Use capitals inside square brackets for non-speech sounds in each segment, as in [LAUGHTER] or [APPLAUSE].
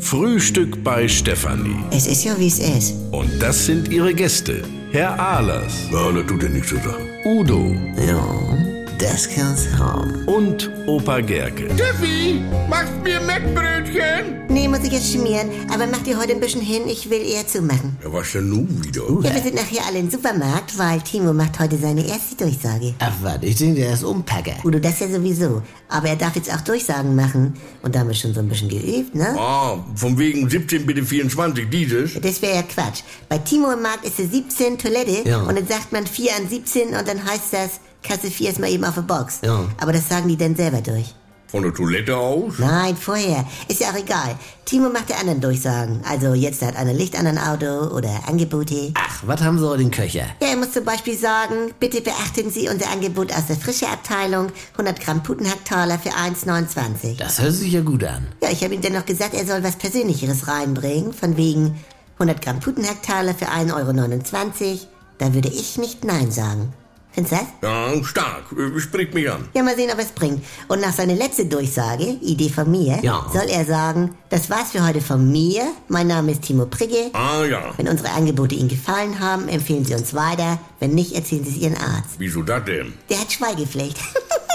Frühstück bei Stefanie. Es ist ja, wie es ist. Und das sind ihre Gäste. Herr Ahlers, Ja, das tut ja nichts zur Sache. Udo Ja, das kann's haben. und Opa Gerke. Steffi, machst mir Meckbrötchen? Nee, muss ich jetzt schmieren, aber mach dir heute ein bisschen hin, ich will eher zumachen. Ja, was denn nun wieder? Ja, wir sind nachher alle im Supermarkt, weil Timo macht heute seine erste Durchsage. Ach was, ich denke, der ist Umpacker. Udo, das ja sowieso. Aber er darf jetzt auch Durchsagen machen. Und da haben wir schon so ein bisschen geübt, ne? Ah, von wegen 17 bitte 24, dieses. Das wäre ja Quatsch. Bei Timo im Markt ist es 17 Toilette Ja. und dann sagt man 4 an 17 und dann heißt das, Kasse 4 ist mal eben auf der Box. Ja. Aber das sagen die dann selber durch. Von der Toilette aus? Nein, vorher. Ist ja auch egal. Timo macht der anderen Durchsagen. Also jetzt hat einer Licht an ein Auto oder Angebote. Ach, was haben sie heute den Köcher? Ja, er muss zum Beispiel sagen, bitte beachten Sie unser Angebot aus der frische Abteilung, 100 Gramm Putenhacktaler für 1,29. Das hört sich ja gut an. Ja, ich habe ihm dennoch gesagt, er soll was Persönlicheres reinbringen, von wegen 100 Gramm Putenhacktaler für 1,29 Euro. Da würde ich nicht Nein sagen. Findest du das? Ja, stark. Äh, Spricht mich an. Ja, mal sehen, ob es bringt. Und nach seiner letzten Durchsage, Idee von mir, Ja. soll er sagen, das war's für heute von mir. Mein Name ist Timo Prigge. Ah ja. Wenn unsere Angebote Ihnen gefallen haben, empfehlen Sie uns weiter. Wenn nicht, erzählen Sie es Ihrem Arzt. Wieso das denn? Der hat Schweigepflicht. [LAUGHS]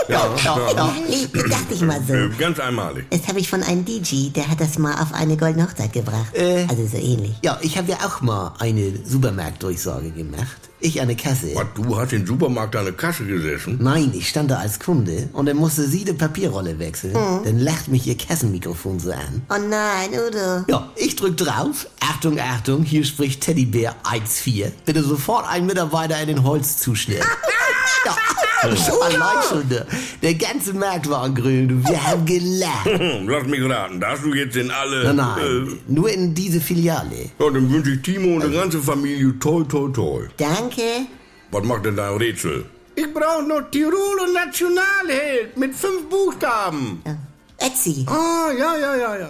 Ja, Doch, lieb, dachte ich mal so. Äh, ganz einmalig. Das habe ich von einem DJ, der hat das mal auf eine goldene Hochzeit gebracht. Äh. Also so ähnlich. Ja, ich habe ja auch mal eine Supermarktdurchsage gemacht. Ich an der Kasse. Was, du hast im Supermarkt an der Kasse gesessen? Nein, ich stand da als Kunde und dann musste sie die Papierrolle wechseln. Dann lacht mich ihr Kassenmikrofon so an. Oh nein, Udo. Ja, ich drück drauf. Achtung, Achtung, hier spricht Teddybär 1-4. Bitte sofort einen Mitarbeiter in den Holzzuschnitt. ja, ich allein schon. ne? Der ganze Markt war grün und wir haben gelacht. Hm, lass mich raten, da hast du jetzt in alle... Nein, Äh, nein, nur in diese Filiale. ja, dann wünsche ich Timo und Also. der ganze Familie toi toi toi. Danke. Was macht denn dein Rätsel? Ich brauch noch Tirol und Nationalheld mit fünf Buchstaben. Ötzi. Ah, ja, ja, ja, ja.